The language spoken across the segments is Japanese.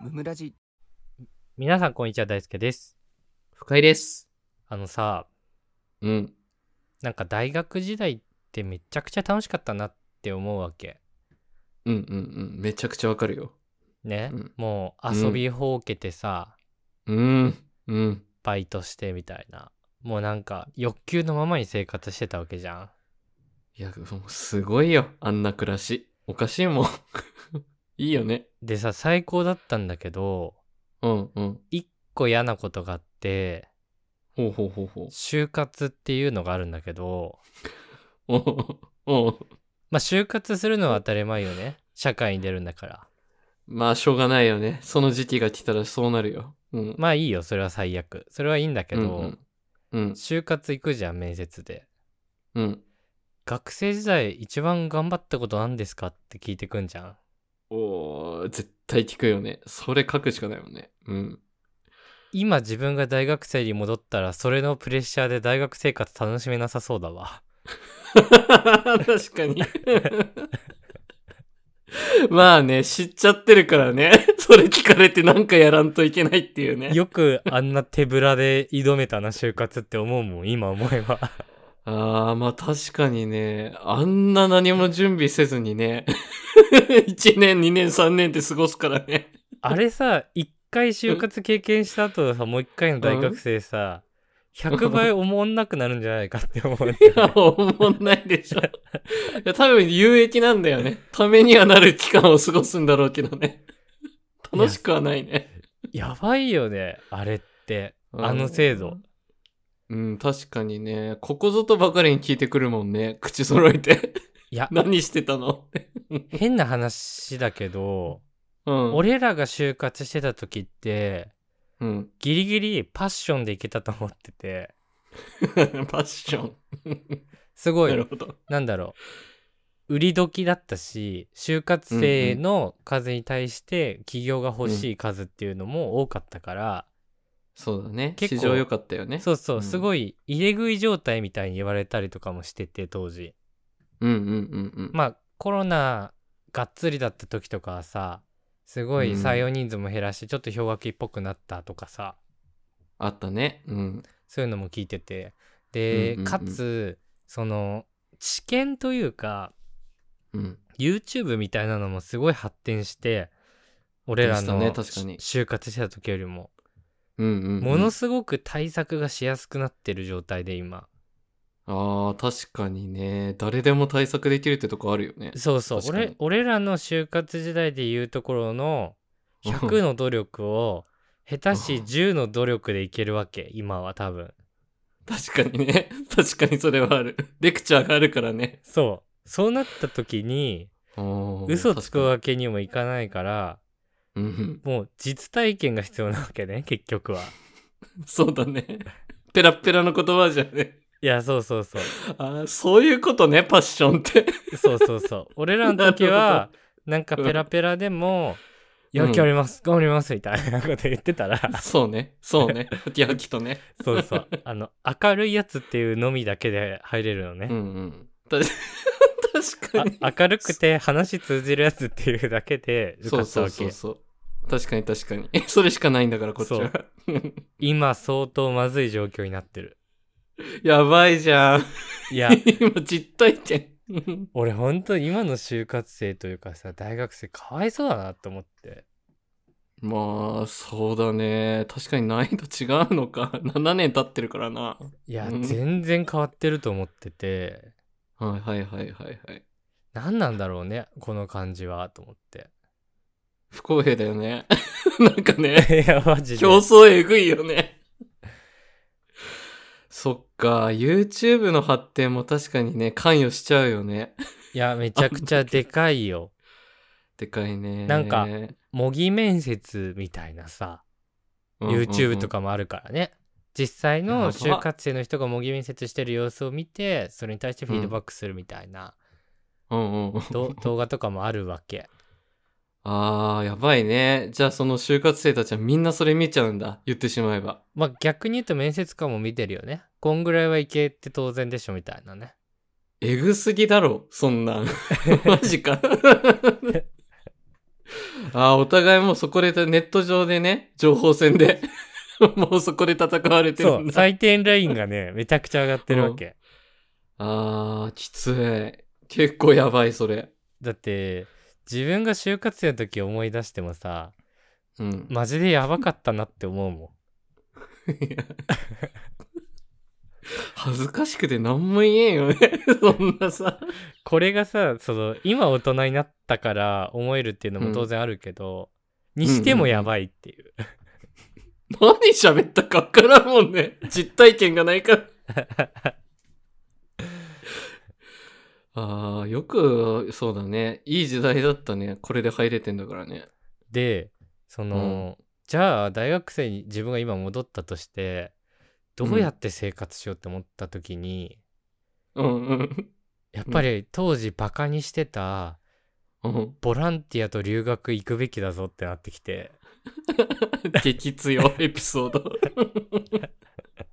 ムムラジ皆さんこんにちは大輔です深井です。あのさうん。なんか大学時代ってめちゃくちゃ楽しかったなって思うわけうんうんうん。めちゃくちゃわかるよ。ね、うんもう遊びほうけてさ、うん。うん。バイトしてみたいなもうなんか欲求のままに生活してたわけじゃんいや、もうすごいよ。あんな暮らし。おかしいもん。 いいよね。でさ最高だったんだけどうんうん。一個嫌なことがあってほうほうほうほう就活っていうのがあるんだけどおう。 おう。まあ就活するのは当たり前よね社会に出るんだからまあ、しょうがないよね。その時期が来たらそうなるよ。うん。まあいいよそれは最悪それはいいんだけど、うんうん。就活行くじゃん面接でうん。うん。学生時代一番頑張ったことなんですかって聞いてくんじゃんおー、絶対聞くよね。それ書くしかないもんね。うん。今自分が大学生に戻ったらそれのプレッシャーで大学生活楽しめなさそうだわ確かに。まあね、知っちゃってるからね。それ聞かれてなんかやらんといけないっていうね。よくあんな手ぶらで挑めたな就活って思うもん今思えばああ、まあ確かにね、あんな何も準備せずにね、1年、2年、3年って過ごすからね。あれさ一回就活経験した後さもう一回の大学生さ100倍思んなくなるんじゃないかって思ういや、思んないでしょ。いや、多分有益なんだよね。ためにはなる期間を過ごすんだろうけどね。楽しくはないね。やばいよねあれってうんあの制度。うん、確かにね、ここぞとばかりに聞いてくるもんね。口揃え て。いや何してたのって。変な話だけどうん。俺らが就活してた時ってうん。 ギリギリパッションでいけたと思っててパッション。すごなるいほど。なんだろう売り時だったし就活生の数に対して企業が欲しい数っていうのも多かったから、そうだね。結市構場良かったよね。そうそううんすごい入れ食い状態みたいに言われたりとかもしてて当時うんうんうんうん。まあコロナがっつりだった時とかはさすごいうん採用人数も減らしてちょっと氷河期っぽくなったとかさ、あったね。うん。そういうのも聞いててで、うんうんうんかつその知見というかうん。 YouTube みたいなのもすごい発展して俺らの、でしたね確かにし就活してた時よりもうんうん、うん。ものすごく対策がしやすくなってる状態で今、ああ、確かにね。誰でも対策できるってとこあるよね。そうそう確かに俺俺らの就活時代で言うところの100の努力を下手しうん10の努力でいけるわけ今は多分確かにね。 確かにそれはある。レクチャーがあるからね。そうそうなった時に嘘つくわ。わけにもいかないからうんうん。もう実体験が必要なわけね 結局はそうだね。ペラッペラの言葉じゃね。いやそうそうそうああ、そういうことね、パッション って。そうそうそう 俺らの時なるはほなんかペラペラでもう「んやる気あります頑張ります」みたいなこと言ってたら そうね。そうね。ハキハキとね。そうそうあの明るいやつっていうのみだけで入れるのうんうね、ん。た 確かに。あ明るくて話通じるやつっていうだけで受そかうったそわうけそうそう。確かに確かに。それしかないんだから、こっちは。今相当まずい状況になってる やばいじゃん。いや今、実体験。 俺本当に今の就活生というかさ大学生かわいそうだなと思ってまあ、そうだね。確かに難易度違うのか。7年 経ってるからな。いやうん全然変わってると思っててはいはいはいはいはい。何なんだろうねこの感じはと思って不公平だよね。 なんかね、 いやマジで競争えぐいよね。そっか、YouTube の発展も確かにね、関与しちゃうよね。いやめちゃくちゃでかいよでかいね。なんか模擬面接みたいなさ YouTube とか。かもあるからね実際やばの就活生の人が模擬面接してる様子を見てそれに対してフィードバックするみたいな、うんうんうん。ど動画とかもあるわけあー、やばいね。じゃあその就活生たちはみんなそれ見ちゃうんだ。言ってしまえば。まあ逆に言うと面接官も見てるよねこんぐらいはいけって当然でしょみたいなねえ ぐすぎだろ、そんなん。マジか。ああ、お互いもうそこで、ネット上でね、情報戦で、 もうそこで戦われてそるんう、だ。採点ラインがね、めちゃくちゃ上がってるわけ。ああ、きつい。結構やばい、それ。だって、自分が就活生の時思い出してもさ、うん。マジでやばかったなって思うもん。いや恥ずかしくて何も言えんよね。 そんなさ。これがさ、その、今大人になったから思えるっていうのも当然あるけど、にしてもやばいっていう。何喋ったか分からんもんね。実体験がないから。ああ、よく、そうだね。いい時代だったね。これで入れてんだからね。で、その、じゃあ大学生に自分が今戻ったとして、どうやって生活しようって思った時に、うんうん。やっぱり当時バカにしてた、 うん、ボランティアと留学行くべきだぞってなってきて、激強エピソード。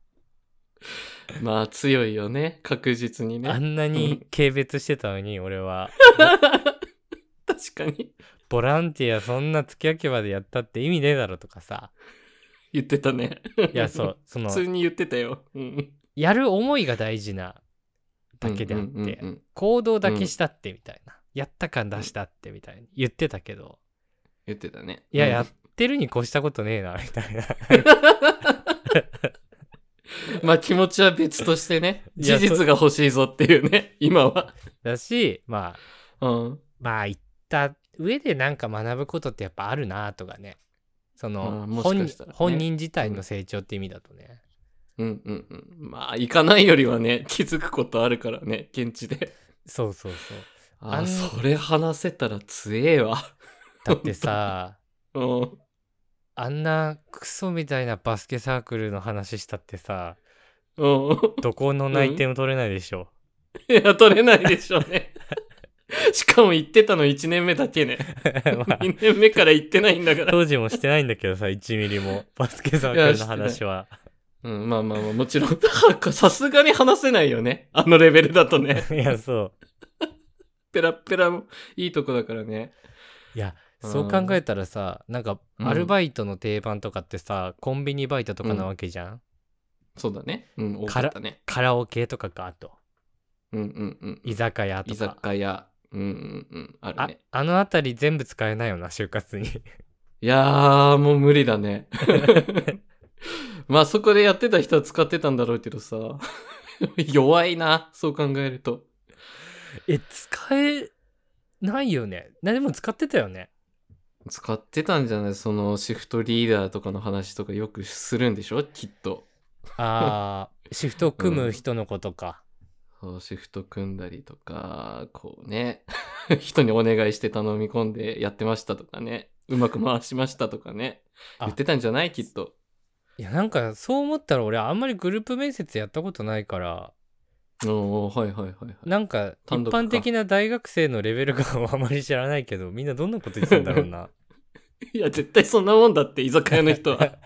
まあ強いよね。確実にあね。んなに軽蔑してたのに俺は、確かに。ボランティアそんな月明けまでやったって意味ねえだろと かさ、言ってたね。いやそう、その普、通に言ってたよ。うんやる思いが大事なだけであっうんうんてう、ん行動だけしたってみたいな、やった感出したってみたいに言ってたけど、言ってたね。いや、うんやってるに越したことねえな、 みたいな。まあ気持ちは別としてね。 いや事実が欲しいぞっていうね、今は。だし、まあ、うん。まあ、言った上でなんか学ぶことってやっぱあるなとかね。その、あーもし本か人したらね本人自体の成長って意味だとね。うんうんうん。まあ行かないよりはね、気づくことあるからね、現地で。そうそうそう。ああんそれ話せたら強えわ。だっ てさ、うん。あんなクソみたいなバスケサークルの話したって さ、うん。どこの内定も取れないでしょ。いや、取れないでしょう ね。しかも行ってたの1年目だけね。 まあ2年目から行ってないんだから。当時もしてないんだけどさ、1ミリも。バスケサークルの話は。うん、まあまあまあ、もちろん。 さすがに話せないよね。あのレベルだとね。いや、そう。ペラッペラもいいとこだからね。いやうんそう考えたらさなんかうんアルバイトの定番とかってさ、コンビニバイトとかなわけじゃん、そうだね。うん、多かったね。カラオケとかかあとうんうんうん。居酒屋と居か酒屋。うんうんうん。あるあね。あの辺り全部使えないよな就活にいやー、もう無理だね。まあそこでやってた人は使ってたんだろうけどさ。 弱いな、そう考えると。 え使えないよねなでも使ってたよね使ってたんじゃないそのシフトリーダーとかの話とかよくするんでしょきっと。あー シフトを組む人のことか、そうシフト組んだりとか、こうね、 人にお願いして頼み込んでやってましたとかね、うまく回しましたとかね、あ言ってたんじゃないきっと。いやなんかそう思ったら俺あんまりグループ面接やったことないからおーはいはいはい はい。なんか一単独か般的な大学生のレベル感はあまり知らないけ どみんなどんなこと言ってたんだろうないや、絶対そんなもんだって、居酒屋の人 は。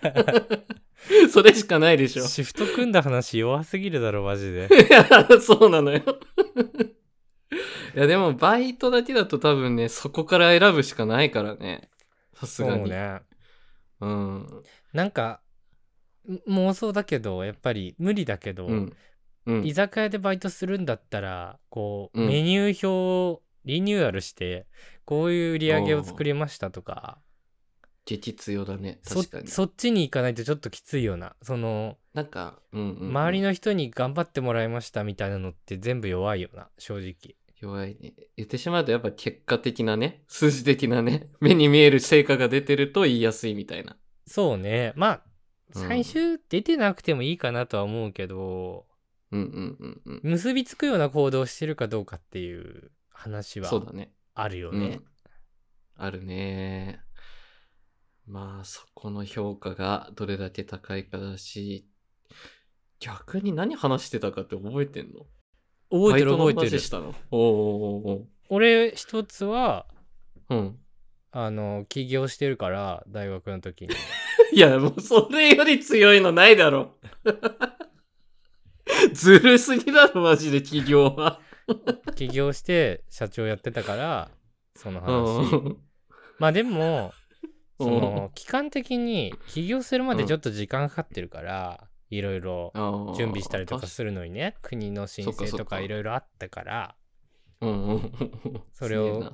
それしかないでしょ。シフト組んだ話弱すぎるだろマ ジでいや、 そうなのよ。 いや、でも、バイトだけだと多分ね、そこから選ぶしかないからね。さすそうがに。ねうん。なんかん妄想だけどやっぱり無理だけど、うん。う居ん。酒屋でバイトするんだったらこう、うんメニュー表をリニューアルしてこういう売り上げを作りましたとか激強だね。そ確かに。そっちに行かないとちょっときついようなその、なんか、うん、うん。周りの。の人に頑張ってもらいましたみたいなのって全部弱いよな正直弱いね。言ってしまうと、やっぱ結果的なね、数字的なね、目に見える成果が出てると言いやすいみたいな。そうねまあうん最終出てなくてもいいかなとは思うけど、うんうんうんうん。結びつくような行動をしてるかどうかっていう話はそうだね。あるよね。うんあるね。まあそこの評価がどれだけ高いかだし、逆に何話してたかって覚えてんの覚えてバる覚イえトのてる話し。たのおうおう俺一つはおうおううん。あの起業してるから大学 の時にいやもうそれより強いのないだろ。 ずるすぎだろマジで企業は。起業して社長やってたからそのう話んまあでも、うそんの、期間的に起業するまでちょっと時間かかってるから、いろいろ準備したりとかするのにね、国の申そっか請そっとかかいろいろあったから、る。うんうん、それを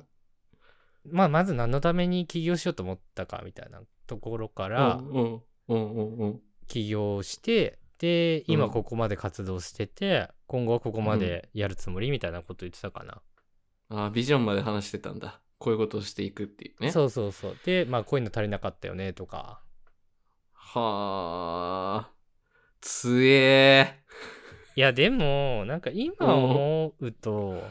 まあまず何のために起業しようと思ったかみたいなところかすげえならうんうんうんうん起業して、で、う今んここまで活動してて、今後はここまでやるつもりみたいなこと言ってたかな。うん。あービジョンまで話してたんだ。こういうことをしていくっていうね。そうそうそう。で、まあこういうの足りなかったよねとか。はあ。つえいやでも、なんか今思うと、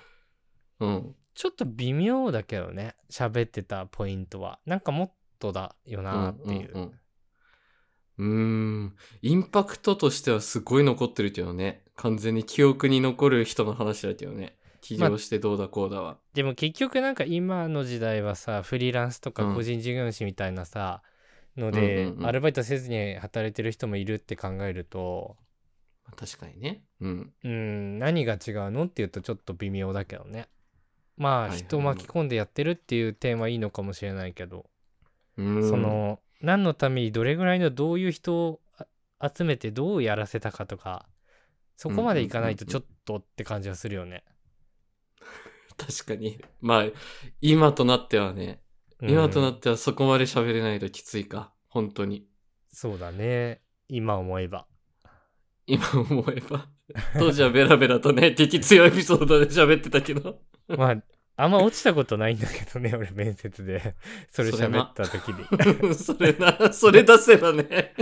ー。うん。ちょっと微妙だけどね喋ってたポイントはなんかもっとだよなっていう,、うんうんうん、うーんインパクトとしてはすごい残ってるけどね完全に記憶に残る人の話だけどね起業してどうだこうだは、でも結局なんか今の時代はさフリーランスとうかん個人事業主みたいなさ、のうで、んうんうんアルバイトせずに働いてる人もいるって考えると確かにねうんうん何が違うのっていうとちょっと微妙だけどねまいあはい人を巻き込んでやってるっていう点はいいのかもしれないけど、うーんその何のためにどれぐらいのどういう人をあ集めてどうやらせたかとかそこまでいかないとうんちうんょっとって感じはするよね。確かにまあ今となってはね今となうんってはそこまで喋れないときついか本当にそうだね今思えば。今思えば 当時はベラベラとね敵強いエピソードで喋ってたけど まああんま落ちたことないんだけどね俺面接で それ喋った時に。それな、それ出せばね。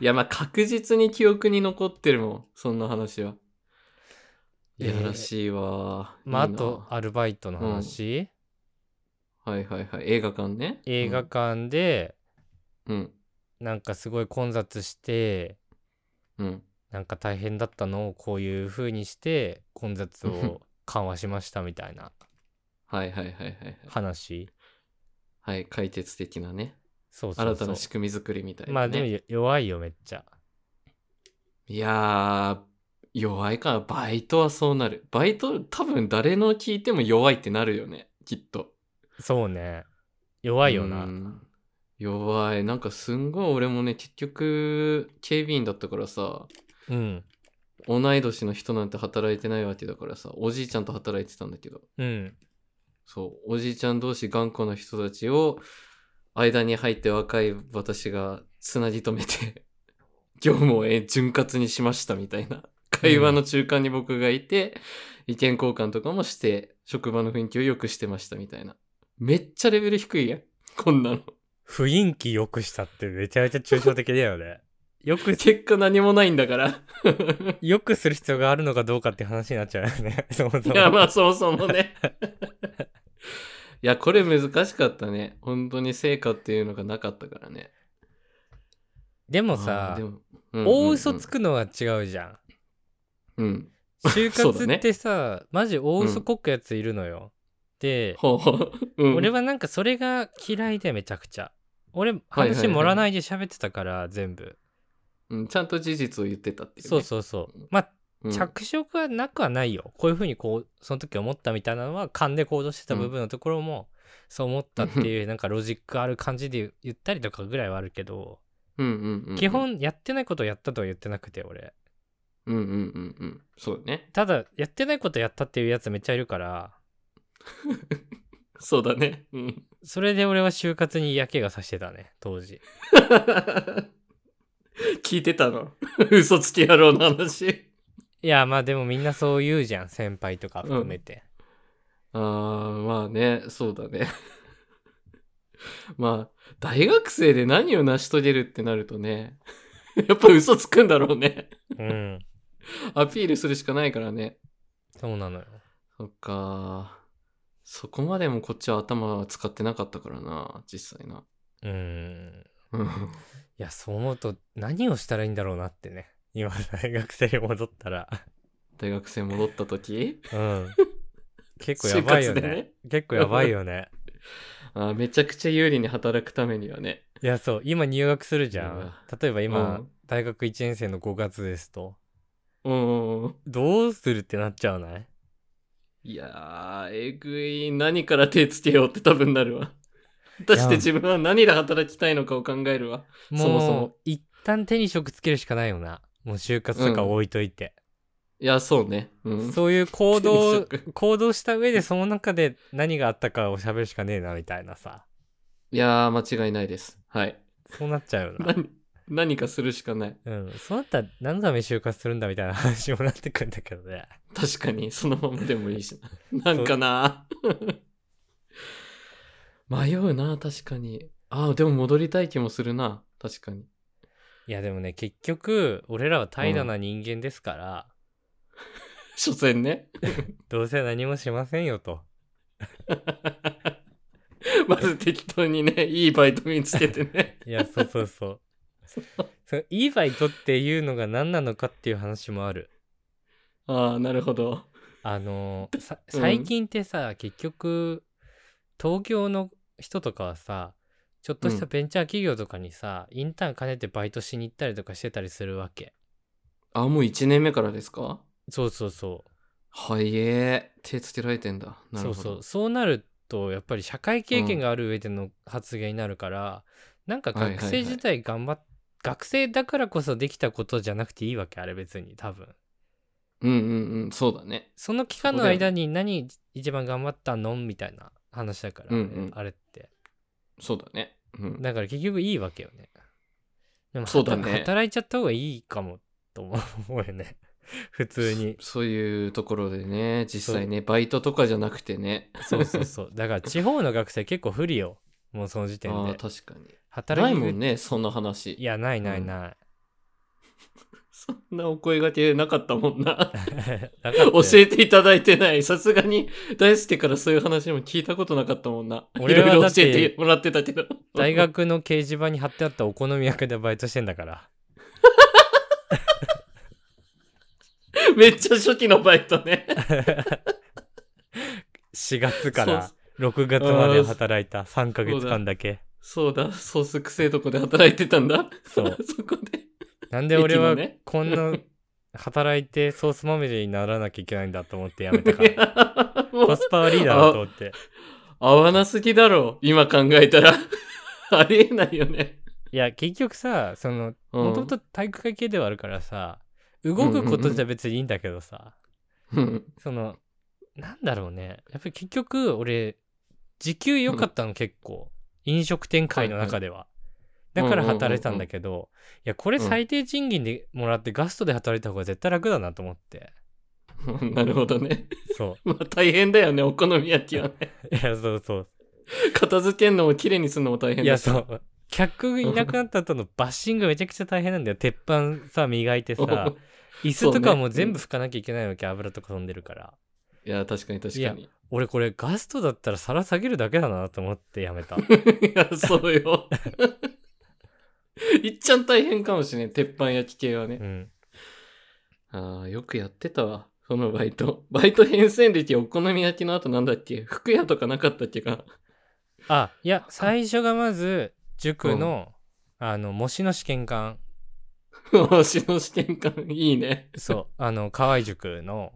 いや、まあ、確実に記憶に残ってるもん、そんな話は。 いやらしいわ。まああいいなとアルバイトの話、はいはいはい。映画館ね。映画館でうん。なんかすごい混雑してうん。なんか大変だったのをこういう風にして混雑を緩和しましたみたいなはいはいはいはいはい。話。はい、解決的なね。そうそうそう新たな仕組み作りみたいな、ね。まあでもよ弱いよめっちゃいやー、弱いから、バイトはそうなる。バイト、多分誰の聞いても弱いってなるよね、きっと。そうね弱いよなうん弱いなんかすんごい俺もね結局警備員だったからさうん同い年の人なんて働いてないわけだからさおじいちゃんと働いてたんだけどうんそうおじいちゃん同士頑固な人たちを間に入って若い私がつなぎ止めて 業務をえー潤滑にしましたみたいな会話の中間に僕がいて、意見交換とかもして職場の雰囲気を良くしてましたみたいなめっちゃレベル低いやんこんなの雰囲気良くしたってめちゃめちゃ抽象的だよ ねよく結果何もないんだから。よくする必要があるのかどうかって話になっちゃうよね そもそいもや、まあそもそもね。いや、これ難しかったね。本当に成果っていうのがなかったからね。でもあーさでもうん大嘘つくのは違うじゃんうんうん。うん。就そうだ活ねってさ、マジ大嘘こくやついるのよ、でほうほう。うん、俺はなんかそれが嫌いでめちゃくちゃ俺はいはい話もらないで喋ってたから全部、うんちゃんと事実を言ってたっていう、ね。そうそうそうまあうん。着色はなくはないよ、こういうふうにこうその時思ったみたいなのは勘で行動してた部分のところも、そう思ったっていうなんかロジックある感じで言ったりとかぐらいはあるけど、うんうんうん。基。本やってないことをやったとは言ってなくて俺うんうんうんうん。そうだね。ただやってないことやったっていうやつめっちゃいるからそうだね。うん。それで俺は就活に嫌気がさしてたね当時 聞いてたの。 嘘つき野郎の話。いやまあでもみんなそう言うじゃん先輩とか含めて、あーまあね、そうだね。 まあ、大学生で何を成し遂げるってなるとね、 やっぱ嘘つくんだろうね。うん、アピールするしかないからね。そうなのよそっか。そこまでもこっちは頭は使ってなかったからな、実際な。うんうんいやそう思うと何をしたらいいんだろうなってね今大学生に戻ったら大学生戻った時うん。結構やばいよね。就活でね結構やばいよね。あーめちゃくちゃ有利に働くためにはね。いや、そう、今入学するじゃうんわ。例えば今、うん大学1年生の5月ですと、うんうんうん。どうするってなっちゃわないいやー、えぐい。何から手つけようって多分なるわ。果たして自分は何で働きたいのかを考えるわ。もうそもそも一旦手に職つけるしかないよなもう就活とか置いといて、いや、そうね。うん。そういう行動手に職行動した上でその中で何があったかを喋るしかねえなみたいなさ いやー、間違いないです。はい。そうなっちゃうよな何、何かするしかない。うんそうなったら何のために就活するんだみたいな話もなってくるんだけどね確かに、そのままでもいいしな。なんかな 迷うな、確かに。ああ、でも戻りたい気もするな。確かに。いやでもね結局俺らは怠惰な人間ですから、所詮ね。どうせ何もしませんよと まず適当にね、いいバイト見つけてね。 い やそうそうそうそのいいバイトっていうのが何なのかっていう話もあるああ、なるほど。あのーさ うん最近ってさ、結局東京の人とかはさちょっとしたうんベンチャー企業とかにさ、インターン兼ねてバイトしに行ったりとかしてたりするわけあ、もう1年目からですかそうそうそはいえー、手つけられてんだ。うなそるうほど。そうそうなるとやっぱり社会経験がある上での発言になるから、なんかはいはい学はい生自体頑張っ、学生だからこそできたことじゃなくていいわけあれ別に多分うんうんうん、そうだね。その期間の間に何一番頑張ったのみたいな話だから、うんうんあれってそうだね。うん、だから結局いいわけよね。でもそうだね働働いちゃった方がいいかもとも思うよね。 普通に。そそういうところでね、実際ね、バイトとかじゃなくてね。そうそ うそう。だから地方の学生結構不利よ。もうその時あ点あでー、。確かに。働ないきもんね。ね、そんな話。いや、ないないない。そんなお声掛けなかったもんな。 だから 教えていただいてない。さすがに、大輔からそういう話も聞いたことなかったもんな。い俺ろはいだろっ教てえてもらってたけど。大学の掲示板に貼ってあったお好み焼きでバイトしてんだから。 めっちゃ初期のバイトね。 4月かそうら6月まで働いた3ヶ月間だけ。そうだ、ソースくせえとこで働いてたんだ。そう。 そこで。なんで俺は駅のねこんな働いてソースまみれにならなきゃいけないんだと思ってやめたから。もコうスパはリーダーだと思って。合わなすぎだろ、今考えたら。 ありえないよね。いや、結局さ、その、うんもともと体育会系ではあるからさ、動くことじゃ別にいいんだけどさ、うん。その、なんだろうね。やっぱり結局、俺、時給良かったの結構。飲食店界の中では。はいだはいから働いてたんだけど、いや、これ最低賃金でもらってガストで働いた方が絶対楽だなと思って。なるほどね。そまあ大変だよね、お好み焼きは ね。う。いや、そうそう。片付けんのも綺麗にするのも大変だいや、そう。客いなくなった後のバッシングめちゃくちゃ大変なんだよ。鉄板さ、磨いて さ。椅子とかも全部拭かなきゃいけないわけ、油とか飛んでるから いや、確かに確いかやに。い俺これガストだったら皿下げるだけだなと思ってやめたや、そうよ。 いっちゃん大変かもしれん、鉄板焼き系はねう。んああ、よくやってたわ、そのバイト。バイト変遷歴お好み焼きの後なんだっけ服屋とかなかったっけか。あいや最初がまず塾の、あの模試の試験官推しの試験官、いいね。そうあの河合塾の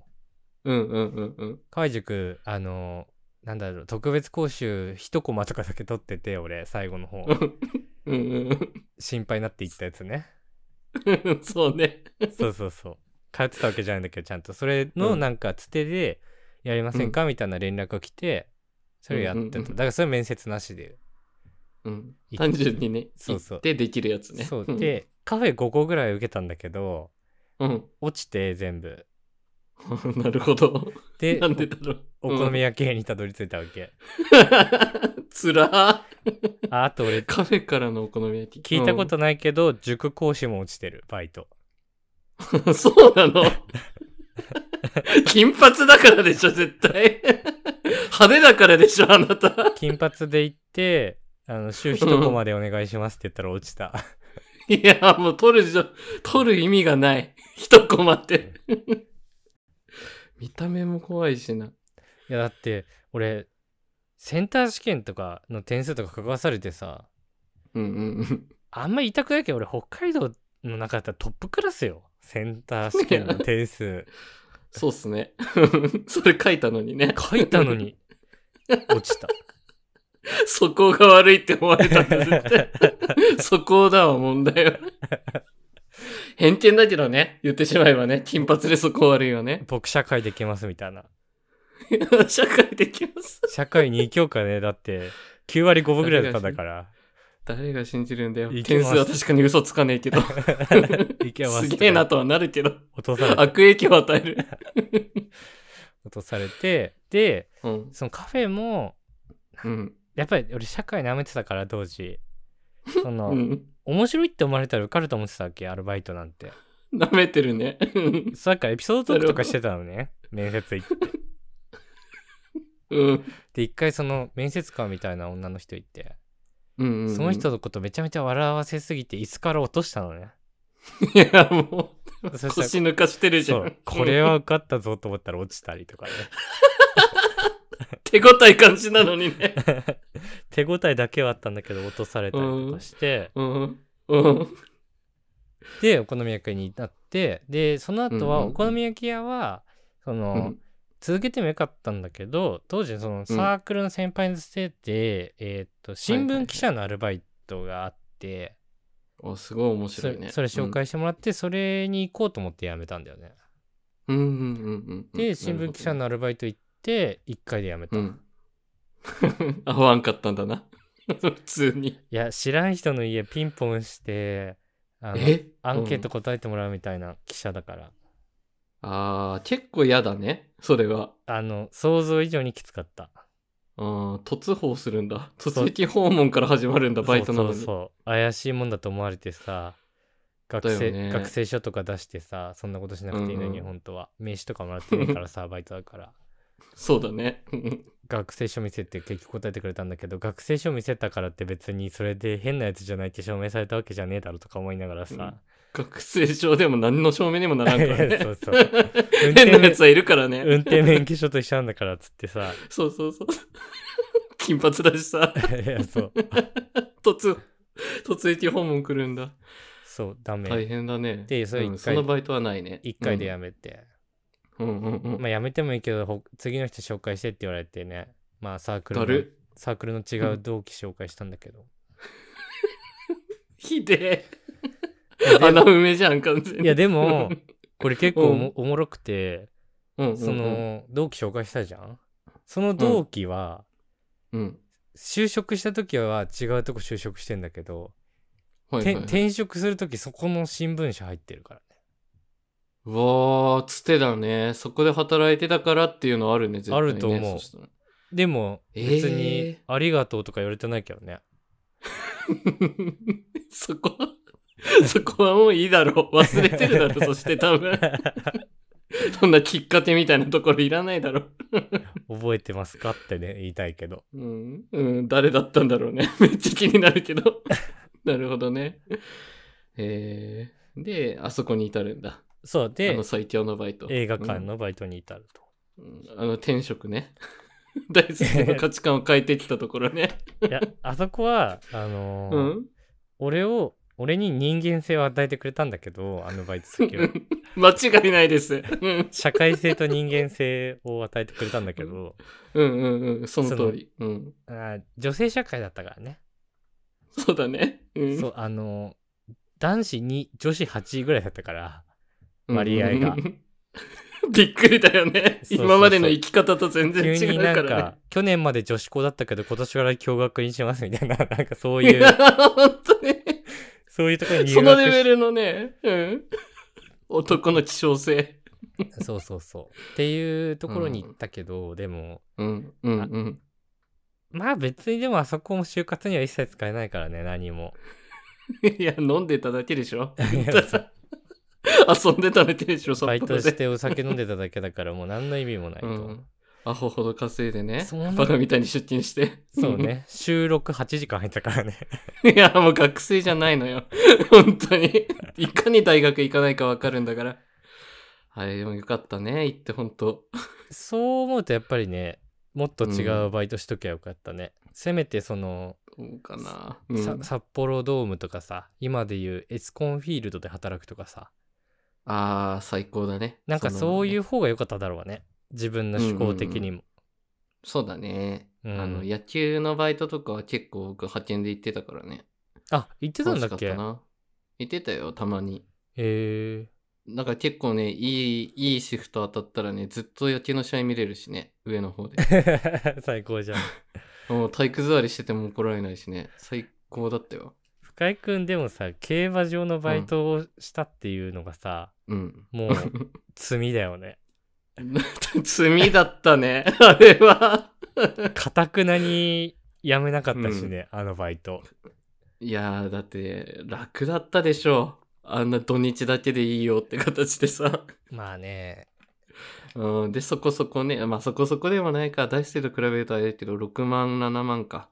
うんうんうんうん。河合塾あのなんだろう特別講習一コマとかだけ取ってて俺最後の 方うんうん心配になっていったやつねうん。そうね。そうそうそう通ってたわけじゃないんだけどちゃんとそれのうんなんかつてでやりませんか、みたいな連絡が来てそれをやってた、うんうんうんだからそれは面接なしで、うんい、単純にね、そうそ行うってできるやつね。そううん、でカフェ5個ぐらい受けたんだけどうん。 落ちて全部なるほど。でなんでだろう。 お好み焼き屋にたどり着いたわけ、うん。つらー。ああと俺カフェからのお好み焼き。聞いたことないけど、塾講師も落ちてるバイトうん。 そうなの金髪だからでしょ、絶対。派手だからでしょ、あなた。金髪で行ってあの週1コマでお願いしますって言ったら落 ちたいや、もう取るじゃ、取る意味がない。一コマって。見た目も怖いしな。いやだって俺センター試験とかの点数とか書かされてさうんうんあんま言いたくないけど俺北海道の中だったらトップクラスよセンター試験の点数うん。そうっすね。 それ書いたのにね。書いたの。に落ちたそこが悪いって思われたんだ、絶対。そこだわ、問題は。偏見だけどね。言ってしまえばね。金髪でそこ悪いよね。 僕社会できますみたいな社会できます。社会に行きようかねだって9割5分ぐらいだったんだから誰が信じるんだよい。けま点す数は確かに嘘つかねえけど。行けますすげえなとはなるけど。落とされて悪影響を与える。落とされてでうん。そのカフェもうん。やっぱり俺社会舐めてたから当時その、うん。面白いって思われたら受かると思ってたわけアルバイトなんて舐めてるね。そうだからエピソードトークとかしてたのね面接行ってうん。で一回その面接官みたいな女の人いて、うん。その人のことめちゃめちゃ笑わせすぎて椅子から落とし たのねいや、も、そうしたら腰抜かしてるじゃそんう。これは受かったぞと思ったら落ちた りとかね手応え感じなのにね。手応えだけはあったんだけど落とされたりとかして、うん。うん。でお好み焼き屋になってでその後うんはうんうんお好み焼き屋はその、うん続けてもよかったんだけど当時そのサークルの先輩のせいで、えーっと新聞記者のアルバイトがあって、お、すごい面そ白いれね。それ紹介してもらって、それに行こうと思って辞めたんだよね。うん。うんうんうんうん。で新聞記者のアルバイト行って1回で辞めた。ういん。合わんかったんだな。普通に。や知らん人の家ピンポンしてあのえアンケート答えてもらうみたいな記者だから、ああ、結構嫌だね。それは。あの想像以上にきつかった。うん、突報するんだ。突撃訪問から始まるんだ、バイトなのそうそうに。そう怪しいもんだと思われてさ学生、だよね学生証とか出してさそんなことしなくていいのに、うんうん本当は名刺とかもらってないか らさバイトだからそうだね。うん学生証見せて結局答えてくれたんだけど学生証見せたからって別にそれで変なやつじゃないって証明されたわけじゃねえだろとか思いながらさ、学生証でも何の証明にもならんからね。 そうそう 変なやつはいるからね。運転免許証と一緒なんだからっつって さそうそうそう。金髪だしさ、いやそう突、突撃訪問来るんだ。そうダメ、大変だね。でそれうん一そ回のバイトはないね。一回でやめて、うんうんうんうん。まあやめてもいいけどほ次の人紹介してって言われてねまあサークルだのる。サークルの違う同期紹介したんだ けど。ひでえ。で穴埋めじゃん、完全に。いや、で も、これ結構おも,、おもろくて、うんうんうんそ、の同期紹介したじゃんその同期は、うん。就職した時は違うとこ就職してんだけど、はいはていはい転職する時そこの新聞社入ってるからうわー、つてだね。そこで働いてたからっていうのあるね、絶対、ね。あると思うそしたら ねでもえー別に「ありがとう」とか言われてないけどね、そこ は、そこはもういいだろう。忘れてるだろ、そして多 分。そんなきっかけみたいなところいらないだろ覚えてますかってね 言いたいけどう。うん、うん、誰だったんだろうね。 めっちゃ気になるけど。 なるほどね。えー、で、あそこに至るんだ。そうあでの最強のバイト。映画館のバイトに至ると、うんあの転職ね。 大好きの価値観を変えてきたところね。いやあそこはあのーうん。俺を俺に人間性を与えてくれたんだけどあのバイト先 は 間違いないです。うん社会性と人間性を与えてくれたんだけどうんうんうん。その通り。うん。あー女性社会だったからね、そうだね。うんそうあの男子に女子8位ぐらいだったから割合が。 びっくりだよね。そうそうそう今までの生き方と全然急違にうなかんらかね。去年まで女子校だったけど今年から共学にしますみたいななんかそう いいうや、本当ね。そういうところに入そのレ学ベしルのね、うん。 男の希少性。そうそうそうっていうところに行ったけど、でもうん、うん、うん。まあ別にでもあそこも就活には一切使えないからね何も いや、飲んでただけでし ょ。いやそ遊んでただけでしょ、バイ札ト幌しで。てお酒飲んでただけだからもう何の意味もないと、うんアホほど稼いでねそうな。んバカみたいに出勤して。そう。ね収録8時間入ったからねいや、もう学生じゃないのよ。本当 に。いかに大学行かないかわかるんだから。はい、でもよかったね。行って本当。そう思うとやっぱりねもっと違うバイトしときゃよかったね、せめてその、どうかな。うんさ札幌ドームとかさ今でいうエスコンフィールドで働くとかさああ、最高だね。。なんかそういうう方が良かっただろうね自分の趣向的にも、そうだね。うんあの、野球のバイトとかは結構僕派遣で行ってたからね。あ言ってたんだっ楽しかけたな行ってたよ、たまに。へえなんか結構ね、いい、いいシフト当たったらね、ずっと野球の試合見れるしね、上の 方で。最高じゃんもう体育座りしてても怒られないしね、最高だったよ。深井君でもさ競馬場のバイトをしたっていうのがさ、 うん。もう罪だよ ね罪だったね、 あれは。かたくなに辞めなかったしね、あのバイトいやー、だって、楽だったでしょ。あんな土日だけでいいよって形でさ。まあねうん、で、そこそこね、まあそこそこでもないか、大生と比べるとあれだけど、6万、7万か。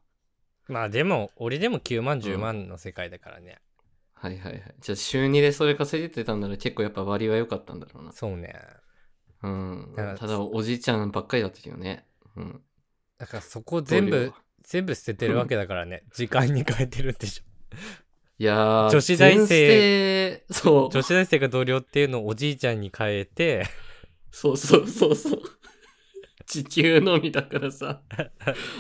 まあでも俺でも9万10万の世界だからね、はいはいはい。じゃあ週2でそれ稼いでたんなら結構やっぱ割は良かったんだろうな。そうねうんだから。ただおじいちゃんばっかりだったけどね。うん。だからそこ全同僚部は。全部捨ててるわけだから ね時間に変えてるんでしょいやー、女子大生。そう。女子大生が同僚っていうのをおじいちゃんに変えてそうそうそうそう。地球のみだから さ。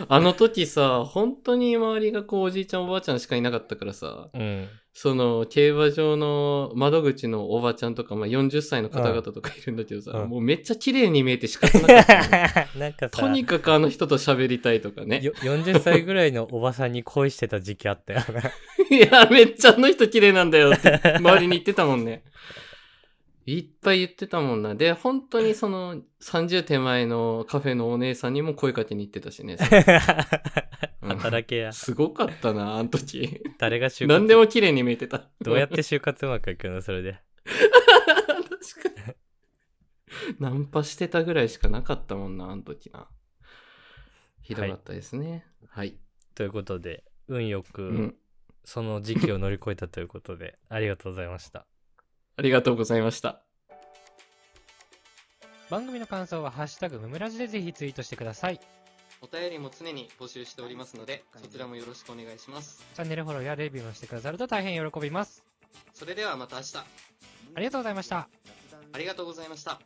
あの時さ、本当に周りがこうおじいちゃんおばあちゃんしかいなかったからさ、うんその競馬場の窓口のおばちゃんとか、まあ、40歳の方々とかいるんだけどさ、うんももうめっちゃ綺麗に見えて仕方なかったよ ね、 なんかさとにかくあの人と喋りたいとかね。 よ40歳ぐらいのおばさんに恋してた時期あったよねいや、めっちゃあの人綺麗なんだよって 周りに言ってたもんね。いっぱい言ってたもんな。で、本当にその30手前のカフェのお姉さんにも声かけに行ってたし ね。うん働けやすごかったな、あの 時。誰が就活何でも綺麗に見えてた。どうやって就活うまくいくのそれで確かに。ナンパしてたぐらいしかなかったもんな、あの時な。ひどかったですね。はい。ということで運よく、うん。その時期を乗り越えたということでありがとうございましたありがとうございました。番組の感想は「ハッシュタグムムラジ」でぜひツイートしてくださいチお便りも常に募集しておりますので、そちらもよろしくお願いします。ャンネルフォローやレビューもしてくださると大変喜びますそれではまた明日。ありがとうございましたありがとうございました。